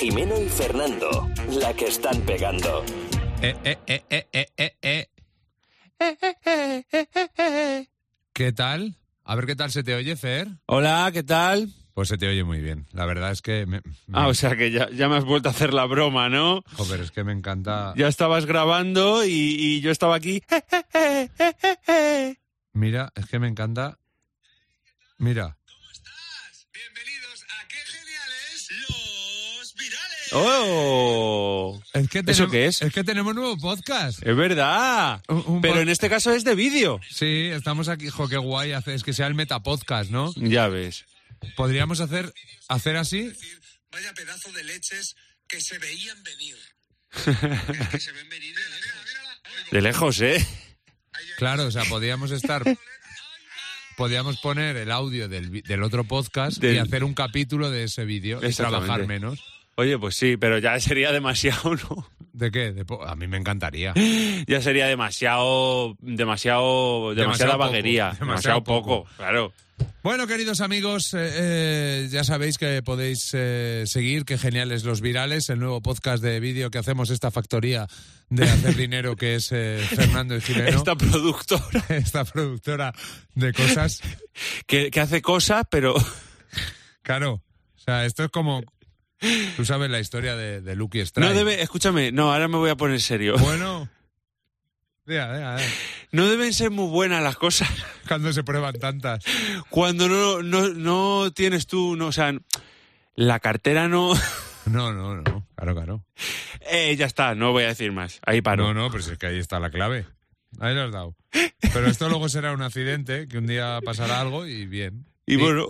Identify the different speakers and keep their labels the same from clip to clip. Speaker 1: Jimeno y Fernando, la que están pegando.
Speaker 2: Eh, eh, eh, eh, eh, eh, eh. ¿Qué tal? A ver qué tal se te oye, Fer.
Speaker 3: Hola, ¿qué tal?
Speaker 2: Pues se te oye muy bien. La verdad es que me, me-
Speaker 3: Ah, o sea que ya, ya me has vuelto a hacer la broma, ¿no?
Speaker 2: joder, es que me encanta.
Speaker 3: Ya estabas grabando y, y yo estaba aquí.
Speaker 2: Mira, es que me encanta. Mira,
Speaker 3: ¡Oh!
Speaker 2: es que
Speaker 3: ¿Eso
Speaker 2: tenem-
Speaker 3: qué es?
Speaker 2: Es que tenemos nuevo podcast.
Speaker 3: Es verdad.
Speaker 2: Un- un
Speaker 3: Pero
Speaker 2: po-
Speaker 3: en este caso es de vídeo.
Speaker 2: Sí, estamos aquí. Jo, qué guay hace- es que sea el metapodcast, ¿no?
Speaker 3: Ya ves.
Speaker 2: Podríamos hacer, hacer así.
Speaker 4: Vaya pedazo de leches que se veían venir. que, que se ven venir de lejos.
Speaker 3: De lejos, ¿eh?
Speaker 2: Claro, o sea, podríamos estar. Podríamos poner el audio del, vi- del otro podcast y
Speaker 3: Del-
Speaker 2: hacer un capítulo de ese vídeo y
Speaker 3: Exactamente.
Speaker 2: trabajar menos.
Speaker 3: Oye, pues sí, pero ya sería demasiado, ¿no?
Speaker 2: ¿De qué? De po- a mí me encantaría.
Speaker 3: Ya sería demasiado,
Speaker 2: Demasiado
Speaker 3: demasiado, demasiada
Speaker 2: poco,
Speaker 3: vaguería.
Speaker 2: demasiado
Speaker 3: Demasiado, poco, claro.
Speaker 2: Bueno, queridos amigos, eh, eh, ya sabéis que podéis eh, seguir Qué Geniales los Virales, el nuevo podcast de vídeo que hacemos esta factoría de hacer dinero que es eh, Fernando y Jimeno,
Speaker 3: Esta productora
Speaker 2: esta productora de cosas.
Speaker 3: que, que hace cosas, pero
Speaker 2: Claro, o sea, esto es como... Tú sabes la historia de, de Lucky Strike.
Speaker 3: no debe, escúchame, no, ahora me voy a poner serio.
Speaker 2: Bueno... Mira, mira, mira,
Speaker 3: No deben ser muy buenas las cosas
Speaker 2: cuando se prueban tantas.
Speaker 3: cuando no, no, no tienes tú, no, o sea, la cartera no...
Speaker 2: No, no, no, claro, claro.
Speaker 3: Eh, ya está, no voy a decir más. Ahí paro.
Speaker 2: No, no, pero si es que ahí está la clave. Ahí lo has dado. Pero esto luego será un accidente, que un día pasará algo y bien.
Speaker 3: y bueno,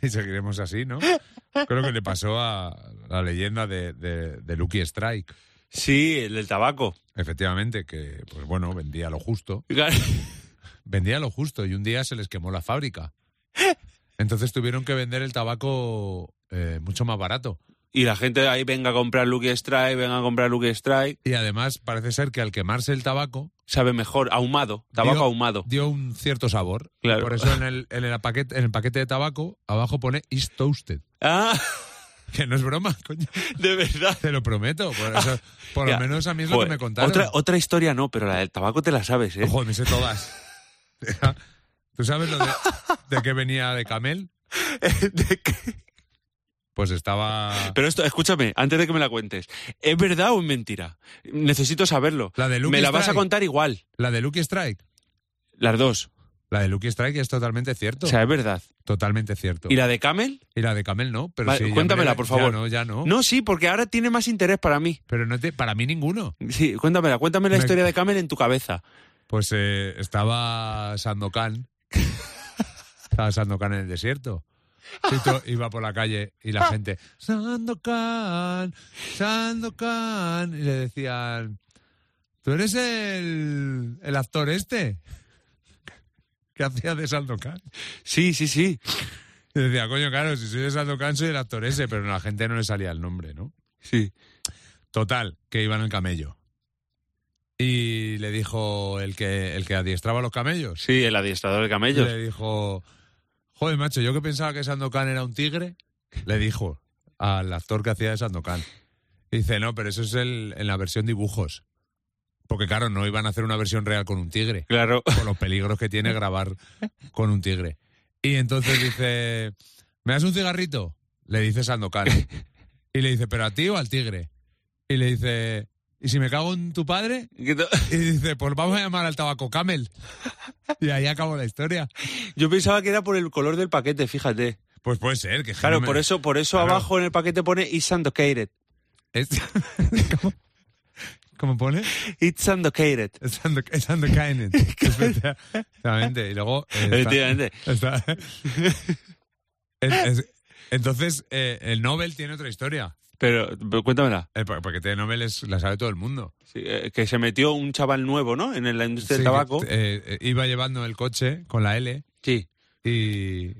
Speaker 2: Y seguiremos así, ¿no? Creo que le pasó a la leyenda de, de, de Lucky Strike.
Speaker 3: sí, el del tabaco.
Speaker 2: Efectivamente, que, pues bueno, vendía lo justo.
Speaker 3: Claro.
Speaker 2: Vendía lo justo y un día se les quemó la fábrica. Entonces tuvieron que vender el tabaco eh, mucho más barato.
Speaker 3: Y la gente ahí venga a comprar Lucky Strike, venga a comprar Lucky Strike.
Speaker 2: Y además parece ser que al quemarse el tabaco
Speaker 3: Sabe mejor, ahumado, tabaco
Speaker 2: Digo-
Speaker 3: ahumado.
Speaker 2: dio un cierto sabor.
Speaker 3: Claro.
Speaker 2: Por eso en el, en, el paquete, en el paquete de tabaco abajo pone is toasted.
Speaker 3: Ah,
Speaker 2: Que no es broma, coño.
Speaker 3: de verdad.
Speaker 2: Te lo prometo. Por, eso- por lo
Speaker 3: Ya.
Speaker 2: menos a mí es lo
Speaker 3: Joder,
Speaker 2: que me contaron.
Speaker 3: Otra, otra historia no, pero la del tabaco te la sabes, ¿eh?
Speaker 2: Joder, me sé todas. ¿Tú sabes lo de, de qué venía de Camel?
Speaker 3: ¿De qué?
Speaker 2: Pues estaba...
Speaker 3: Pero esto, escúchame, antes de que me la cuentes, ¿es verdad o es mentira? Necesito saberlo.
Speaker 2: La de Lucky
Speaker 3: me la vas a
Speaker 2: Strike.
Speaker 3: contar igual,
Speaker 2: La de Lucky Strike.
Speaker 3: las dos.
Speaker 2: La de Lucky Strike es totalmente cierto.
Speaker 3: O sea, es verdad.
Speaker 2: totalmente cierto.
Speaker 3: ¿Y la de Camel?
Speaker 2: Y la de Camel no, pero
Speaker 3: Vale,
Speaker 2: sí, ya
Speaker 3: cuéntamela,
Speaker 2: me-
Speaker 3: por favor.
Speaker 2: Ya no, ya no.
Speaker 3: No, sí, porque ahora tiene más interés para mí.
Speaker 2: Pero no te, para mí ninguno.
Speaker 3: Sí, cuéntamela, cuéntame la
Speaker 2: Me-
Speaker 3: historia de Camel en tu cabeza.
Speaker 2: Pues eh, estaba Sandokan. estaba Sandokan en el desierto. Tito iba por la calle y la gente, Sandokan, Sandokan. Y le decían, ¿tú eres el, el actor este? ¿Qué hacía de Sandokan?
Speaker 3: Sí, sí, sí.
Speaker 2: Y decía, coño, claro, si soy de Sandokan soy el actor ese, pero a la gente no le salía el nombre, ¿no?
Speaker 3: Sí.
Speaker 2: Total, que iba en el camello. Y le dijo el que, el que adiestraba los camellos.
Speaker 3: Sí, el adiestrador de camellos.
Speaker 2: Le dijo, joder, macho, yo que pensaba que Sandokan era un tigre, le dijo al actor que hacía de Sandokan. Y Dice, no, pero eso es el, en la versión dibujos. Porque claro, no iban a hacer una versión real con un tigre,
Speaker 3: Claro.
Speaker 2: por los peligros que tiene grabar con un tigre. Y entonces dice, ¿me das un cigarrito? Le dice Sandokan. Y le dice, ¿pero a ti o al tigre? Y le dice, ¿y si me cago en tu padre? Y dice, pues vamos a llamar al tabaco Camel. Y ahí acabó la historia.
Speaker 3: Yo pensaba que era por el color del paquete, fíjate.
Speaker 2: Pues puede ser, que
Speaker 3: Claro,
Speaker 2: Genome-
Speaker 3: por eso, por eso
Speaker 2: Claro.
Speaker 3: abajo en el paquete pone It's undocated.
Speaker 2: Es- ¿Cómo? ¿Cómo pone?
Speaker 3: It's undocated.
Speaker 2: Es Ando- es Andokainen. Exactamente. Y luego. eh, está-
Speaker 3: Efectivamente.
Speaker 2: está- Es- es- entonces, eh, el Nobel tiene otra historia.
Speaker 3: Pero, pero cuéntamela.
Speaker 2: Eh, por- porque el Nobel es, la sabe todo el mundo.
Speaker 3: Sí, eh, que se metió un chaval nuevo, ¿no? En la industria
Speaker 2: Sí,
Speaker 3: del tabaco.
Speaker 2: que, eh, eh, iba llevando el coche con la L
Speaker 3: Sí.
Speaker 2: y,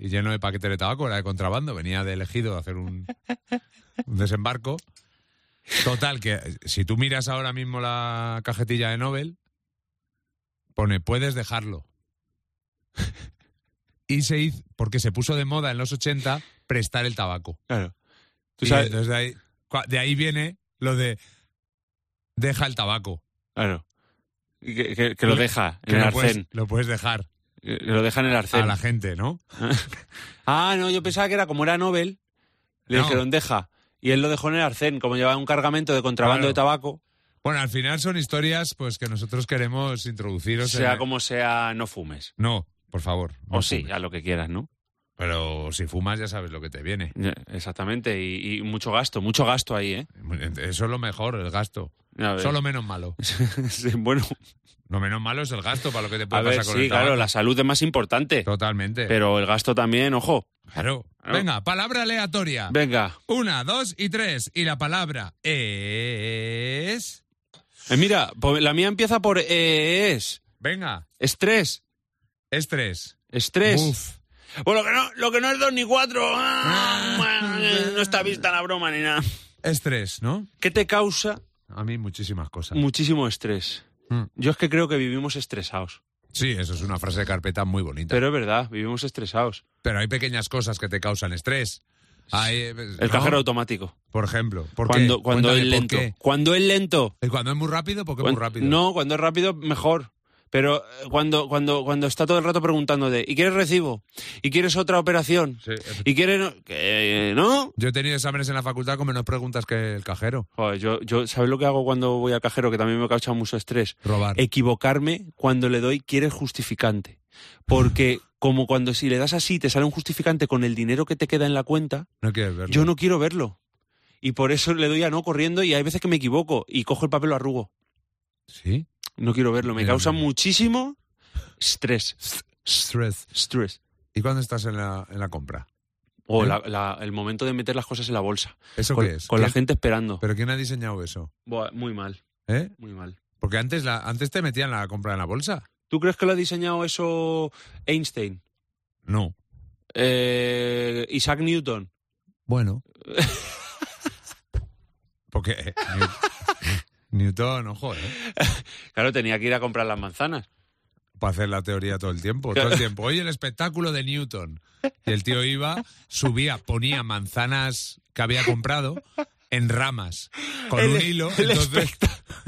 Speaker 2: y lleno de paquetes de tabaco, era de contrabando, venía de elegido a hacer un, un desembarco. Total, que eh, si tú miras ahora mismo la cajetilla de Nobel, pone, puedes dejarlo. Y se hizo, porque se puso de moda en los 80 prestar el tabaco.
Speaker 3: Claro. Tú
Speaker 2: Y
Speaker 3: sabes,
Speaker 2: entonces de ahí, cua- de ahí viene lo de deja el tabaco.
Speaker 3: Claro. Y Que, que- que lo deja
Speaker 2: Que
Speaker 3: en el
Speaker 2: lo puedes-
Speaker 3: arcén.
Speaker 2: lo puedes dejar
Speaker 3: Que lo deja en el
Speaker 2: a
Speaker 3: arcén.
Speaker 2: la gente, ¿no?
Speaker 3: Ah, no, yo pensaba que era como era Nobel. Le
Speaker 2: No.
Speaker 3: dijeron, deja. Y él lo dejó en el arcén, como llevaba un cargamento de contrabando
Speaker 2: Claro.
Speaker 3: de tabaco.
Speaker 2: Bueno, al final son historias pues que nosotros queremos introduciros. en-
Speaker 3: sea como sea, no fumes.
Speaker 2: No, por favor. no
Speaker 3: O sí,
Speaker 2: fumes.
Speaker 3: a lo que quieras, ¿no?
Speaker 2: Pero si fumas ya sabes lo que te viene.
Speaker 3: Ya, Exactamente. Y, y mucho gasto, mucho gasto ahí, ¿eh?
Speaker 2: Eso es lo mejor, el gasto.
Speaker 3: A ver.
Speaker 2: Solo menos malo.
Speaker 3: Sí, bueno,
Speaker 2: Lo menos malo es el gasto para lo que te
Speaker 3: a
Speaker 2: puede
Speaker 3: ver,
Speaker 2: pasar con
Speaker 3: sí,
Speaker 2: el
Speaker 3: claro,
Speaker 2: tabaco.
Speaker 3: la salud es más importante.
Speaker 2: Totalmente.
Speaker 3: Pero el gasto también, ojo.
Speaker 2: Claro.
Speaker 3: Claro.
Speaker 2: Venga, palabra aleatoria.
Speaker 3: Venga.
Speaker 2: Una, dos y tres. Y la palabra es.
Speaker 3: Eh, mira, po- la mía empieza por EES.
Speaker 2: Venga,
Speaker 3: Estrés.
Speaker 2: es tres.
Speaker 3: Estrés.
Speaker 2: Uf.
Speaker 3: Bueno, lo que, no, lo que no es dos ni cuatro. Ah, no está vista la broma ni nada.
Speaker 2: Es tres, ¿no?
Speaker 3: ¿Qué te causa
Speaker 2: A mí muchísimas cosas.
Speaker 3: muchísimo estrés?
Speaker 2: Mm.
Speaker 3: Yo es que creo que vivimos estresados.
Speaker 2: Sí, eso es una frase de carpeta muy bonita.
Speaker 3: Pero es verdad, vivimos estresados.
Speaker 2: Pero hay pequeñas cosas que te causan estrés. Hay, eh,
Speaker 3: El
Speaker 2: ¿no?
Speaker 3: cajero automático.
Speaker 2: Por ejemplo. ¿por qué?
Speaker 3: cuando cuando es
Speaker 2: Cuéntame por
Speaker 3: lento.
Speaker 2: qué.
Speaker 3: Cuando es lento.
Speaker 2: ¿Y cuando es muy rápido? Porque es muy
Speaker 3: Cuan-
Speaker 2: rápido.
Speaker 3: No, cuando es rápido, mejor. Pero eh, cuando, cuando, cuando está todo el rato preguntándote, ¿y quieres recibo? ¿Y quieres otra operación?
Speaker 2: Sí, efectivamente.
Speaker 3: ¿Y quieres...? No? ¿Qué? ¿No?
Speaker 2: Yo he tenido exámenes en la facultad con menos preguntas que el cajero.
Speaker 3: Joder, yo, yo, ¿sabes lo que hago cuando voy al cajero? Que también me causa mucho estrés.
Speaker 2: Robar.
Speaker 3: Equivocarme cuando le doy quieres justificante. Porque como cuando si le das así te sale un justificante con el dinero que te queda en la cuenta,
Speaker 2: no quieres verlo.
Speaker 3: yo no quiero verlo. Y por eso le doy a no corriendo y hay veces que me equivoco y cojo el papel y lo arrugo.
Speaker 2: ¿Sí?
Speaker 3: No quiero verlo. Me
Speaker 2: Mira,
Speaker 3: causa
Speaker 2: mira.
Speaker 3: muchísimo estrés.
Speaker 2: Stress.
Speaker 3: Estrés.
Speaker 2: ¿Y cuándo estás en la, en la compra?
Speaker 3: O
Speaker 2: ¿Eh?
Speaker 3: la- la- el momento de meter las cosas en la bolsa.
Speaker 2: ¿Eso
Speaker 3: Con,
Speaker 2: qué es?
Speaker 3: con la
Speaker 2: ¿Quién-
Speaker 3: gente esperando.
Speaker 2: ¿Pero quién ha diseñado eso?
Speaker 3: Buah, muy mal,
Speaker 2: ¿Eh?
Speaker 3: muy mal.
Speaker 2: Porque antes, la, antes te metían la compra en la bolsa.
Speaker 3: ¿Tú crees que lo ha diseñado eso Einstein?
Speaker 2: No.
Speaker 3: Eh, Isaac Newton.
Speaker 2: Bueno. Porque eh, New- Newton, ojo, ¿eh?
Speaker 3: Claro, tenía que ir a comprar las manzanas.
Speaker 2: Para hacer la teoría todo el tiempo, todo el tiempo. Oye, el espectáculo de Newton. Y el tío iba, subía, ponía manzanas que había comprado en ramas, con
Speaker 3: El-
Speaker 2: un hilo.
Speaker 3: el
Speaker 2: Entonces,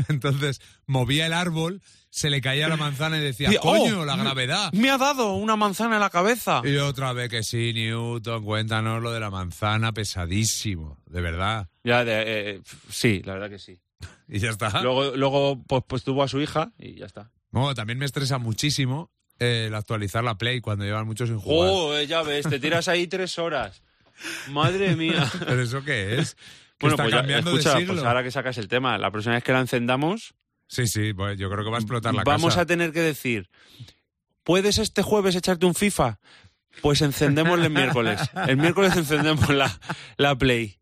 Speaker 2: entonces movía el árbol, se le caía la manzana y decía,
Speaker 3: Dice, "Oh,
Speaker 2: coño, la
Speaker 3: me-
Speaker 2: gravedad.
Speaker 3: Me ha dado una manzana en la cabeza.
Speaker 2: Y otra vez que sí, Newton, cuéntanos lo de la manzana, pesadísimo, de verdad.
Speaker 3: Ya, de- eh, f- sí, la verdad que sí.
Speaker 2: Y ya está.
Speaker 3: Luego, luego pues, pues tuvo a su hija y ya está.
Speaker 2: No, también me estresa muchísimo eh, el actualizar la Play cuando llevan muchos sin jugar.
Speaker 3: ¡Oh, ya ves! Te tiras ahí tres horas. Madre mía.
Speaker 2: ¿Pero eso qué es? Que
Speaker 3: Bueno,
Speaker 2: está
Speaker 3: pues ya,
Speaker 2: cambiando
Speaker 3: escucha,
Speaker 2: de siglo.
Speaker 3: pues ahora que sacas el tema, la próxima vez que la encendamos,
Speaker 2: Sí, sí, pues yo creo que va a explotar la
Speaker 3: vamos
Speaker 2: casa.
Speaker 3: a tener que decir, ¿puedes este jueves echarte un FIFA? Pues encendemos el miércoles. El miércoles encendemos la, la Play.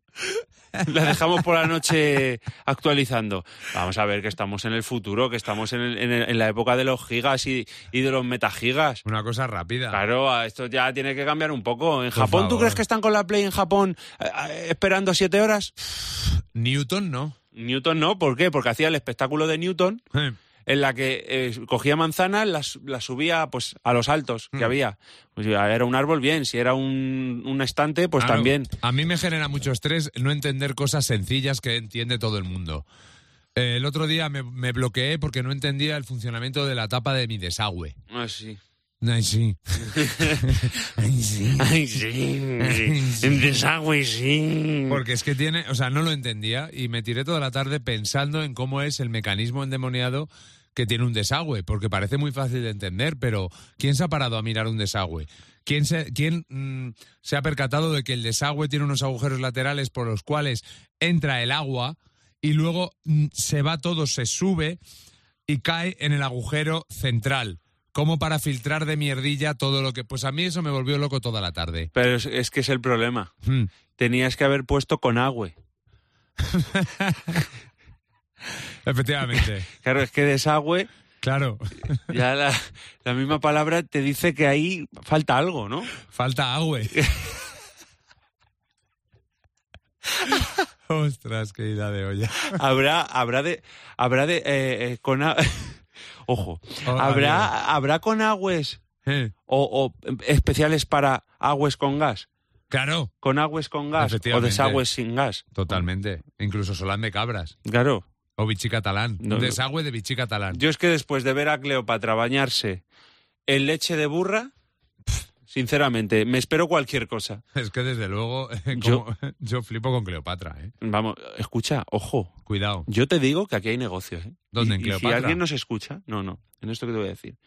Speaker 3: La dejamos por la noche actualizando. Vamos a ver que estamos en el futuro, que estamos en, el- en el- en la época de los gigas y, y de los metagigas.
Speaker 2: Una cosa rápida.
Speaker 3: Claro, a esto ya tiene que cambiar un poco. ¿En Japón tú
Speaker 2: favor.
Speaker 3: crees que están con la Play en Japón eh, eh, esperando siete horas?
Speaker 2: Newton no.
Speaker 3: Newton no, ¿por qué? Porque hacía el espectáculo de Newton
Speaker 2: Eh,
Speaker 3: en la que eh, cogía manzanas, las, las subía pues a los altos que había. Pues, ya era un árbol bien, si era un, un estante, pues
Speaker 2: claro,
Speaker 3: también.
Speaker 2: A mí me genera mucho estrés no entender cosas sencillas que entiende todo el mundo. Eh, el otro día me, me bloqueé porque no entendía el funcionamiento de la tapa de mi desagüe.
Speaker 3: Ah, sí.
Speaker 2: Ay, sí. Ay, sí.
Speaker 3: Ay, sí. En desagüe, sí.
Speaker 2: Porque es que tiene, o sea, no lo entendía y me tiré toda la tarde pensando en cómo es el mecanismo endemoniado que tiene un desagüe, porque parece muy fácil de entender, pero ¿quién se ha parado a mirar un desagüe? ¿Quién se, quién, mm, se ha percatado de que el desagüe tiene unos agujeros laterales por los cuales entra el agua y luego mm, se va todo, se sube y cae en el agujero central? Como para filtrar de mierdilla todo lo que... Pues a mí eso me volvió loco toda la tarde.
Speaker 3: Pero es, es que es el problema.
Speaker 2: Mm.
Speaker 3: Tenías que haber puesto con agua.
Speaker 2: Efectivamente.
Speaker 3: Claro, es que desagüe,
Speaker 2: Claro.
Speaker 3: ya la, la misma palabra te dice que ahí falta algo, ¿no?
Speaker 2: Falta agua. Ostras, qué idea de olla.
Speaker 3: Habrá, habrá de, habrá de, eh, eh, con a- ojo,
Speaker 2: Oh,
Speaker 3: habrá, habrá con agües
Speaker 2: Eh,
Speaker 3: o, o especiales para agües con gas.
Speaker 2: Claro,
Speaker 3: con aguas con gas o
Speaker 2: Efectivamente.
Speaker 3: desagües sin gas.
Speaker 2: totalmente. Incluso Solán de Cabras
Speaker 3: Claro.
Speaker 2: o Vichy Catalán.
Speaker 3: No, no.
Speaker 2: Desagüe de Vichy Catalán.
Speaker 3: Yo es que después de ver a Cleopatra bañarse en leche de burra, pf, sinceramente, me espero cualquier cosa.
Speaker 2: Es que desde luego eh, como- yo, flipo con Cleopatra, ¿eh?
Speaker 3: Vamos, escucha, ojo,
Speaker 2: Cuidado.
Speaker 3: yo te digo que aquí hay negocios. ¿eh?
Speaker 2: ¿Dónde,
Speaker 3: Y-
Speaker 2: en
Speaker 3: y si
Speaker 2: Cleopatra?
Speaker 3: alguien nos escucha, no, no, en esto que te voy a decir.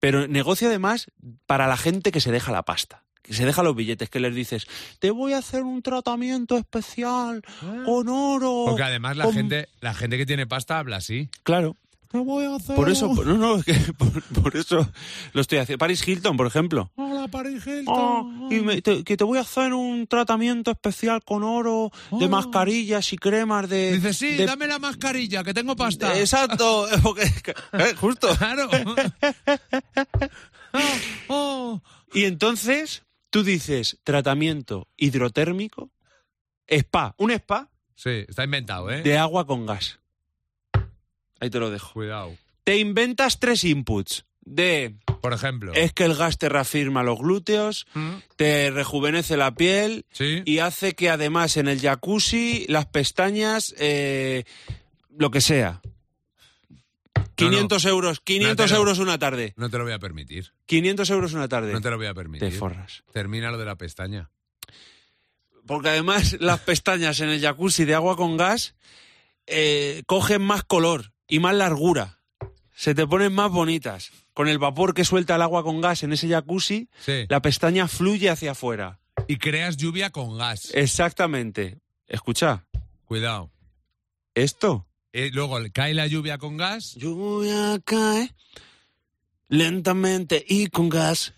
Speaker 3: Pero negocio además para la gente que se deja la pasta. Que se deja los billetes, que les dices, te voy a hacer un tratamiento especial con oro.
Speaker 2: Ah. Porque además la
Speaker 3: con-".
Speaker 2: gente, la gente que tiene pasta habla así.
Speaker 3: Claro.
Speaker 2: oh. Te voy a hacer.
Speaker 3: Por eso, por- no, no, es que por, por eso lo estoy haciendo. Paris Hilton, por ejemplo.
Speaker 2: Hola, Paris Hilton.
Speaker 3: Ah, y me- te- que te voy a hacer un tratamiento especial con oro, de
Speaker 2: Ah.
Speaker 3: mascarillas y cremas de.
Speaker 2: Dice, sí,
Speaker 3: de-
Speaker 2: dame la mascarilla, que tengo pasta.
Speaker 3: de- Exacto, porque- eh, justo.
Speaker 2: Claro. Ah, oh.
Speaker 3: Y entonces tú dices tratamiento hidrotérmico, spa, un spa
Speaker 2: Sí, está inventado, ¿eh?
Speaker 3: de agua con gas. Ahí te lo dejo.
Speaker 2: Cuidado.
Speaker 3: Te inventas tres inputs de
Speaker 2: Por ejemplo.
Speaker 3: es que el gas te reafirma los glúteos,
Speaker 2: ¿Mm?
Speaker 3: te rejuvenece la piel,
Speaker 2: Sí.
Speaker 3: y hace que además en el jacuzzi las pestañas, eh, lo que sea. 500 euros, 500
Speaker 2: Nátelo.
Speaker 3: euros una tarde.
Speaker 2: No te lo voy a permitir.
Speaker 3: 500 euros una tarde.
Speaker 2: No te lo voy a
Speaker 3: Te
Speaker 2: permitir.
Speaker 3: forras.
Speaker 2: Termina lo de la pestaña.
Speaker 3: Porque además las pestañas en el jacuzzi de agua con gas eh, cogen más color y más largura. Se te ponen más bonitas. Con el vapor que suelta el agua con gas en ese jacuzzi,
Speaker 2: Sí.
Speaker 3: la pestaña fluye hacia afuera.
Speaker 2: Y creas lluvia con gas.
Speaker 3: Eh- Exactamente. Escucha,
Speaker 2: Cuidado.
Speaker 3: esto
Speaker 2: Eh, luego cae la lluvia con gas,
Speaker 3: Lluvia cae lentamente y con gas.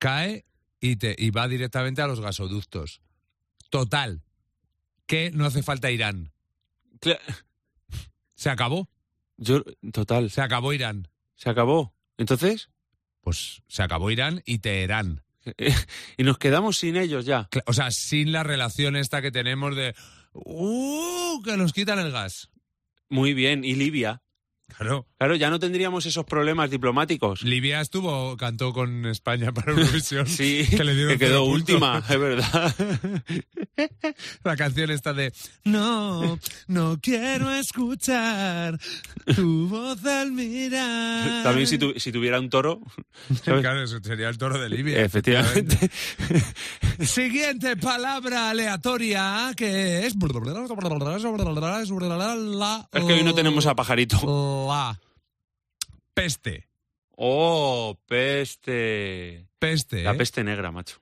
Speaker 2: cae y, te, y va directamente a los gasoductos. Total. Que no hace falta Irán. Se acabó.
Speaker 3: Yo, total,
Speaker 2: Se acabó Irán.
Speaker 3: se acabó. Entonces,
Speaker 2: Pues se acabó Irán y Teherán.
Speaker 3: y nos quedamos sin ellos ya.
Speaker 2: Cla- O sea, sin la relación esta que tenemos de. ¡Uh! Que nos quitan el gas.
Speaker 3: Muy bien, y Libia.
Speaker 2: Claro.
Speaker 3: Claro, ya no tendríamos esos problemas diplomáticos.
Speaker 2: Libia estuvo, cantó con España para Eurovisión.
Speaker 3: Sí,
Speaker 2: que le dieron
Speaker 3: quedó
Speaker 2: cero puntos.
Speaker 3: última, es verdad.
Speaker 2: La canción esta de No, no quiero escuchar tu voz al mirar.
Speaker 3: También si, tu- si tuviera un toro. ¿sabes?
Speaker 2: Claro, eso sería el toro de Libia.
Speaker 3: Efectivamente.
Speaker 2: Siguiente palabra aleatoria que es.
Speaker 3: Es que hoy no tenemos a
Speaker 2: Oh.
Speaker 3: pajarito.
Speaker 2: La. Peste.
Speaker 3: Oh, peste.
Speaker 2: Peste.
Speaker 3: La
Speaker 2: ¿eh?
Speaker 3: peste negra, macho.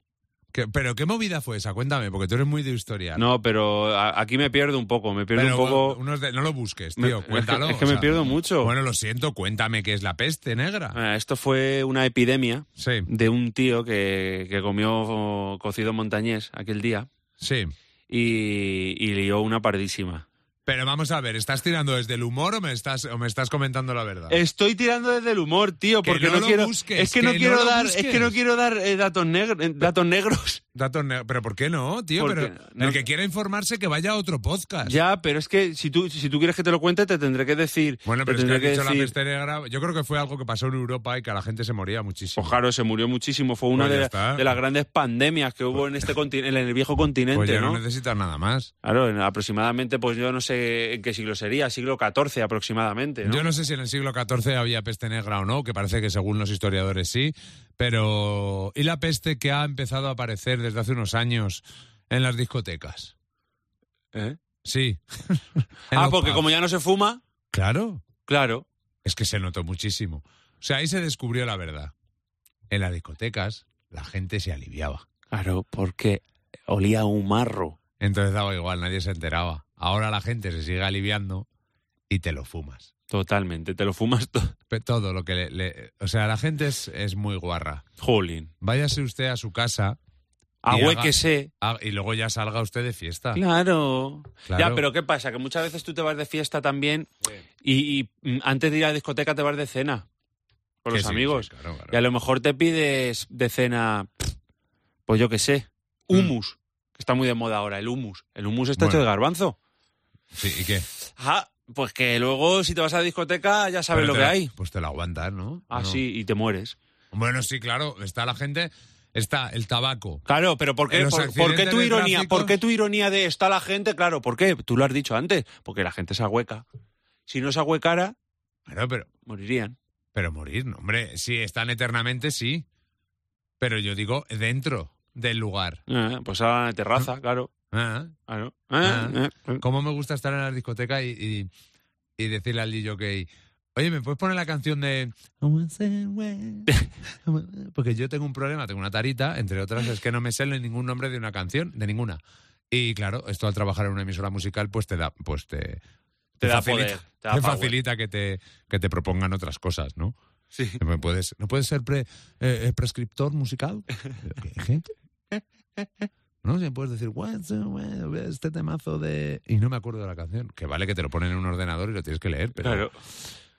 Speaker 2: Que- Pero qué movida fue esa, cuéntame, porque tú eres muy de historia.
Speaker 3: No, pero a- aquí me pierdo un poco, me pierdo
Speaker 2: Pero
Speaker 3: un poco.
Speaker 2: unos de- no lo busques,
Speaker 3: me-
Speaker 2: tío,
Speaker 3: es que-
Speaker 2: cuéntalo.
Speaker 3: Es que,
Speaker 2: o
Speaker 3: me
Speaker 2: sea,
Speaker 3: pierdo mucho.
Speaker 2: Bueno, lo siento, cuéntame qué es la peste negra.
Speaker 3: Ah, Esto fue una epidemia
Speaker 2: Sí,
Speaker 3: de un tío que, que comió cocido montañés aquel día
Speaker 2: sí.
Speaker 3: y, y lió una pardísima.
Speaker 2: Pero vamos a ver, ¿estás tirando desde el humor o me estás, o me estás comentando la verdad?
Speaker 3: Estoy tirando desde el humor, tío,
Speaker 2: Que
Speaker 3: porque
Speaker 2: no
Speaker 3: no,
Speaker 2: lo
Speaker 3: quiero.
Speaker 2: busques,
Speaker 3: es que, no
Speaker 2: que no
Speaker 3: quiero
Speaker 2: lo
Speaker 3: dar, es
Speaker 2: busques.
Speaker 3: que no quiero dar eh, datos negros, datos negros.
Speaker 2: Datos ne- Pero ¿por qué no, tío?
Speaker 3: Porque
Speaker 2: Pero
Speaker 3: no-
Speaker 2: el que quiera informarse que vaya a otro podcast.
Speaker 3: Ya, pero es que si tú, si tú quieres que te lo cuente, te tendré que decir.
Speaker 2: Bueno,
Speaker 3: te
Speaker 2: pero es que
Speaker 3: tendré
Speaker 2: has dicho la
Speaker 3: decir-
Speaker 2: peste negra. Yo creo que fue algo que pasó en Europa y que a la gente se moría muchísimo.
Speaker 3: Pues claro, se murió muchísimo. Fue una
Speaker 2: Pues ya
Speaker 3: de,
Speaker 2: está.
Speaker 3: de las grandes pandemias que hubo en este contin- en el viejo continente,
Speaker 2: Pues ya
Speaker 3: ¿no?
Speaker 2: no necesitas nada más.
Speaker 3: Claro, en aproximadamente, pues yo no sé en qué siglo sería, siglo XIV aproximadamente, ¿no?
Speaker 2: Yo no sé si en el siglo XIV había peste negra o no, que parece que según los historiadores sí, pero... ¿Y la peste que ha empezado a aparecer desde hace unos años en las discotecas?
Speaker 3: ¿Eh?
Speaker 2: Sí. En
Speaker 3: Ah,
Speaker 2: los
Speaker 3: porque
Speaker 2: pubs.
Speaker 3: como ya no se fuma,
Speaker 2: Claro,
Speaker 3: claro.
Speaker 2: es que se notó muchísimo. O sea, ahí se descubrió la verdad. En las discotecas la gente se aliviaba.
Speaker 3: Claro, porque olía a un marro.
Speaker 2: Entonces daba igual, nadie se enteraba. Ahora la gente se sigue aliviando y te lo fumas.
Speaker 3: Totalmente, te lo fumas todo.
Speaker 2: Pe- Todo lo que le... le- o sea, la gente es, es muy guarra.
Speaker 3: Jolín.
Speaker 2: Váyase usted a su casa
Speaker 3: Ahuéquese.
Speaker 2: Ah, y luego ya salga usted de fiesta.
Speaker 3: Claro.
Speaker 2: Claro.
Speaker 3: Ya, pero ¿qué pasa? Que muchas veces tú te vas de fiesta también y, y, mm, antes de ir a la discoteca te vas de cena con
Speaker 2: Que
Speaker 3: los
Speaker 2: sí,
Speaker 3: amigos.
Speaker 2: sí, claro, claro.
Speaker 3: Y a lo mejor te pides de cena, pf, pues yo qué sé, hummus. Que está muy de moda ahora, el hummus. El hummus está hecho
Speaker 2: Mm. Bueno.
Speaker 3: de garbanzo.
Speaker 2: Sí, ¿y qué?
Speaker 3: Ajá, pues que luego si te vas a la discoteca ya sabes
Speaker 2: Pero
Speaker 3: lo
Speaker 2: te
Speaker 3: que
Speaker 2: la-
Speaker 3: hay.
Speaker 2: Pues te lo aguantas, ¿no?
Speaker 3: Ah,
Speaker 2: No.
Speaker 3: sí, y te mueres.
Speaker 2: Bueno, sí, claro. Está la gente. Está el tabaco.
Speaker 3: Claro, pero ¿por
Speaker 2: En
Speaker 3: qué,
Speaker 2: los
Speaker 3: por, por qué
Speaker 2: accidentes
Speaker 3: tu
Speaker 2: de
Speaker 3: ironía?
Speaker 2: tráfico-
Speaker 3: ¿Por qué tu ironía de está la gente? Claro, ¿por qué? Tú lo has dicho antes, porque la gente se ahueca. Si no se ahuecara,
Speaker 2: Bueno, pero,
Speaker 3: morirían.
Speaker 2: pero morir, no, hombre. Si están eternamente, sí. Pero yo digo dentro del lugar.
Speaker 3: Ah, pues a la terraza, claro.
Speaker 2: Ah,
Speaker 3: claro. Ah,
Speaker 2: Ah.
Speaker 3: ah.
Speaker 2: ¿Cómo me gusta estar en la discoteca y, y, y decirle al DJ que, oye, ¿me puedes poner la canción de... Porque yo tengo un problema, tengo una tarita, entre otras, es que no me sé ningún nombre de una canción, de ninguna. Y claro, esto al trabajar en una emisora musical, pues te da, pues te, te,
Speaker 3: da poder, te da
Speaker 2: te
Speaker 3: power.
Speaker 2: facilita que te, que te propongan otras cosas, ¿no?
Speaker 3: Sí.
Speaker 2: ¿Me puedes, ¿No puedes ser pre- eh, eh, prescriptor musical? ¿Qué, gente? No, si me puedes decir, "What's the way?" este temazo de... Y no me acuerdo de la canción. Que vale que te lo ponen en un ordenador y lo tienes que leer, pero,
Speaker 3: Claro.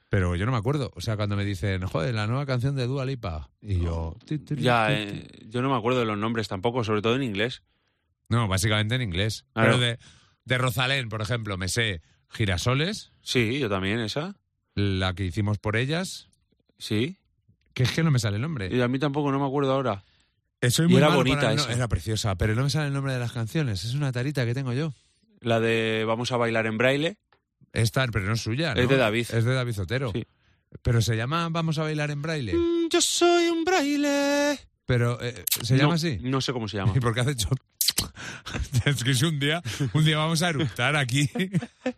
Speaker 2: pero yo no me acuerdo. O sea, cuando me dicen, joder, la nueva canción de Dua Lipa. Y yo... "Ti, ti, ti,
Speaker 3: Ya,
Speaker 2: ti, ti".
Speaker 3: eh, yo no me acuerdo de los nombres tampoco, sobre todo en inglés.
Speaker 2: No, básicamente en inglés.
Speaker 3: Claro.
Speaker 2: Pero de, de Rosalén, por ejemplo, me sé Girasoles,
Speaker 3: Sí, yo también, esa.
Speaker 2: la que hicimos por ellas,
Speaker 3: Sí.
Speaker 2: que es que no me sale el nombre.
Speaker 3: Y a mí tampoco no me acuerdo ahora.
Speaker 2: Eh, soy
Speaker 3: y
Speaker 2: muy
Speaker 3: era
Speaker 2: malo
Speaker 3: bonita
Speaker 2: para el no-
Speaker 3: esa.
Speaker 2: Era preciosa, pero no me sale el nombre de las canciones. Es una tarita que tengo yo.
Speaker 3: La de Vamos a bailar en braille.
Speaker 2: Esta, pero no es suya. ¿no?
Speaker 3: Es de David.
Speaker 2: Es de David Otero.
Speaker 3: Sí.
Speaker 2: Pero se llama Vamos a bailar en braille.
Speaker 3: Mm, Yo soy un braille.
Speaker 2: Pero eh, se
Speaker 3: No,
Speaker 2: llama así.
Speaker 3: No sé cómo se llama.
Speaker 2: ¿Y por qué has hecho? es que es un día, un día vamos a eructar aquí.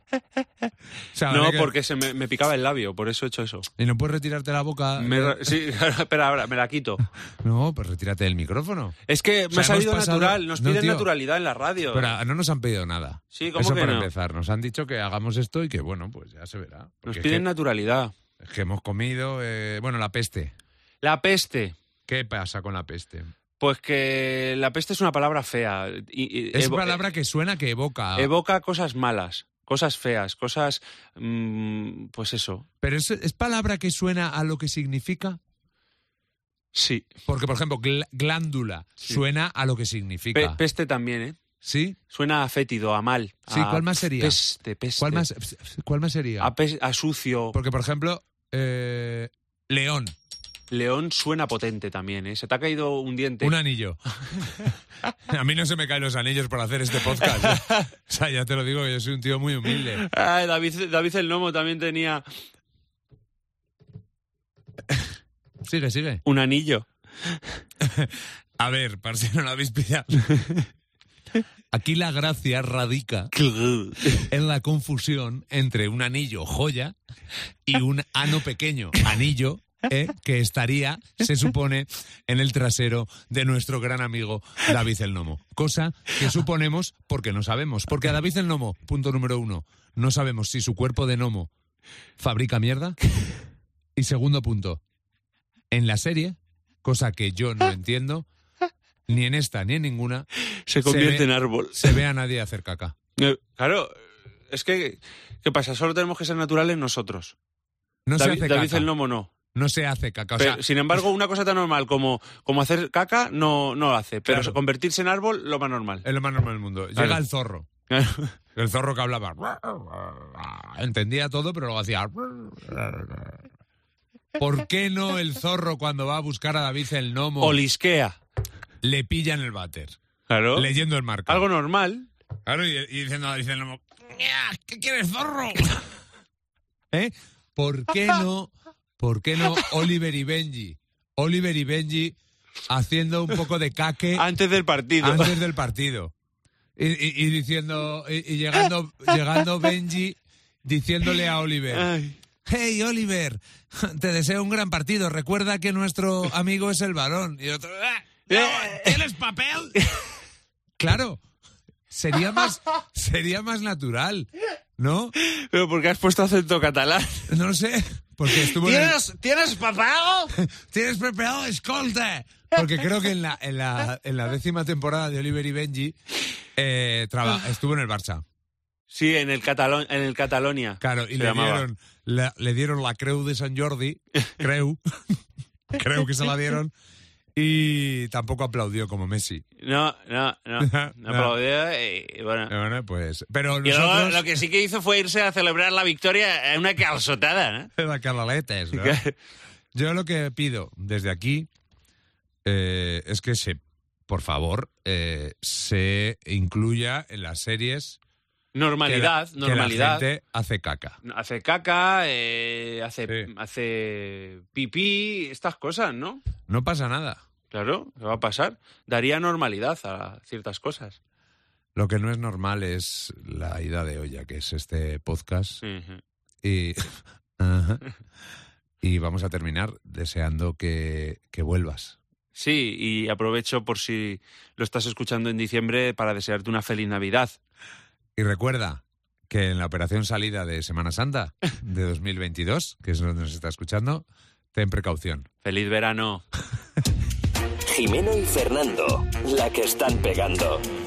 Speaker 2: O sea,
Speaker 3: No,
Speaker 2: ahora que-
Speaker 3: porque se me, me picaba el labio, por eso he hecho eso.
Speaker 2: Y no puedes retirarte la boca.
Speaker 3: Me ra- sí, espera, ahora me la quito.
Speaker 2: No, pues retírate del micrófono.
Speaker 3: Es
Speaker 2: sea,
Speaker 3: que me ha
Speaker 2: hemos
Speaker 3: salido
Speaker 2: pasado-
Speaker 3: natural, nos
Speaker 2: No,
Speaker 3: piden
Speaker 2: tío.
Speaker 3: naturalidad en la radio.
Speaker 2: Pero ah, no nos han pedido nada.
Speaker 3: eh. Sí, ¿cómo
Speaker 2: Eso
Speaker 3: que
Speaker 2: para
Speaker 3: no?
Speaker 2: empezar. Nos han dicho que hagamos esto y que bueno, pues ya se verá.
Speaker 3: nos
Speaker 2: Porque es
Speaker 3: piden
Speaker 2: que-
Speaker 3: naturalidad.
Speaker 2: es que, hemos comido, eh, bueno, la peste.
Speaker 3: La peste.
Speaker 2: ¿Qué pasa con la peste?
Speaker 3: Pues que la peste es una palabra fea. y- y
Speaker 2: Es
Speaker 3: evo-
Speaker 2: una palabra que suena que evoca.
Speaker 3: eh, Evoca cosas malas, cosas feas, cosas... mm, pues eso.
Speaker 2: Pero es, es palabra que suena a lo que significa.
Speaker 3: Sí.
Speaker 2: Porque, por ejemplo, gl- glándula
Speaker 3: Sí.
Speaker 2: suena a lo que
Speaker 3: Pe-
Speaker 2: significa.
Speaker 3: peste también, ¿eh?
Speaker 2: ¿Sí?
Speaker 3: Suena a fétido, a mal.
Speaker 2: Sí,
Speaker 3: a
Speaker 2: ¿cuál más sería?
Speaker 3: Peste, peste.
Speaker 2: ¿Cuál más, ¿Cuál más sería?
Speaker 3: A, pes- a sucio.
Speaker 2: Porque, por ejemplo, eh, león,
Speaker 3: León suena potente también, ¿eh? Se te ha caído un diente.
Speaker 2: un anillo. a mí no se me caen los anillos por hacer este podcast. ¿no? o sea, ya te lo digo, yo soy un tío muy humilde.
Speaker 3: Ah, David, David el Nomo también tenía
Speaker 2: Sigue, sigue.
Speaker 3: un anillo.
Speaker 2: A ver, parcero, no la habéis pillado. Aquí la gracia radica en la confusión entre un anillo joya y un ano pequeño, anillo, ¿eh? que estaría, se supone, en el trasero de nuestro gran amigo David el Nomo. Cosa que suponemos porque no sabemos. Porque a David el Nomo, punto número uno, no sabemos si su cuerpo de Nomo fabrica mierda. Y segundo punto, en la serie, cosa que yo no entiendo, ni en esta ni en ninguna,
Speaker 3: Se convierte
Speaker 2: ve-
Speaker 3: en árbol.
Speaker 2: se ve a nadie hacer caca.
Speaker 3: Eh, Claro, es que, ¿qué pasa? Solo tenemos que ser naturales nosotros.
Speaker 2: No
Speaker 3: David,
Speaker 2: se hace
Speaker 3: David
Speaker 2: caca.
Speaker 3: el Nomo no.
Speaker 2: No se hace caca. O
Speaker 3: Pero,
Speaker 2: sea,
Speaker 3: sin embargo, una cosa tan normal como, como hacer caca no, no lo hace, pero
Speaker 2: Claro.
Speaker 3: convertirse en árbol lo más normal.
Speaker 2: es lo más normal del mundo. Llega
Speaker 3: Claro.
Speaker 2: el zorro. El zorro que hablaba. Entendía todo, pero luego hacía. ¿Por qué no el zorro cuando va a buscar a David el gnomo
Speaker 3: o lisquea.
Speaker 2: le pillan el váter?
Speaker 3: Claro.
Speaker 2: Leyendo el marco.
Speaker 3: ¿Oh? Algo normal.
Speaker 2: Claro, y, y diciendo a David el gnomo. "Ña, ¿Qué quieres, zorro? ¿Eh? ¿Por qué no? ¿Por qué no Oliver y Benji? Oliver y Benji haciendo un poco de caque
Speaker 3: Antes del partido.
Speaker 2: antes del partido. Y, y- y diciendo, y, y llegando, llegando Benji diciéndole a Oliver,
Speaker 3: Ay.
Speaker 2: hey Oliver, te deseo un gran partido, recuerda que nuestro amigo es el varón. Y otro, "Ah, no, ¿tienes papel? Claro, sería más, sería más natural, ¿no?
Speaker 3: Pero porque has puesto acento catalán.
Speaker 2: No lo sé, porque estuvo en el-
Speaker 3: ¿tienes papago?
Speaker 2: Tienes preparado escolta. Porque creo que en la, en la, en la décima temporada de Oliver y Benji eh, traba- estuvo en el Barça.
Speaker 3: Sí, en el, Catalon en el Catalonia.
Speaker 2: Claro, y
Speaker 3: se
Speaker 2: le
Speaker 3: llamaba.
Speaker 2: dieron, la, le dieron la Creu de San Jordi, Creu, creo que se la dieron, y tampoco aplaudió como Messi.
Speaker 3: No, no, no.
Speaker 2: No.
Speaker 3: No aplaudió y bueno.
Speaker 2: Eh, Bueno, pues, pero
Speaker 3: Y luego
Speaker 2: nosotros...
Speaker 3: lo que sí que hizo fue irse a celebrar la victoria en una calzotada, ¿no?
Speaker 2: Era Carlaletes, ¿no? Yo lo que pido desde aquí eh, es que se, por favor, eh, se incluya en las series que la-
Speaker 3: Normalidad,
Speaker 2: que la,
Speaker 3: normalidad.
Speaker 2: gente hace caca.
Speaker 3: Hace caca, eh, hace,
Speaker 2: Sí.
Speaker 3: hace pipí, estas cosas, ¿no?
Speaker 2: No pasa nada.
Speaker 3: Claro, ¿qué va a pasar? Daría normalidad a ciertas cosas.
Speaker 2: Lo que no es normal es la ida de olla, que es este podcast. Y, Ajá. y vamos a terminar deseando que, que vuelvas.
Speaker 3: Sí, y aprovecho por si lo estás escuchando en diciembre para desearte una feliz Navidad.
Speaker 2: Y recuerda que en la operación salida de Semana Santa de 2022, que es donde nos está escuchando, ten precaución.
Speaker 3: Feliz verano.
Speaker 1: Jimeno y Fernando, la que están pegando.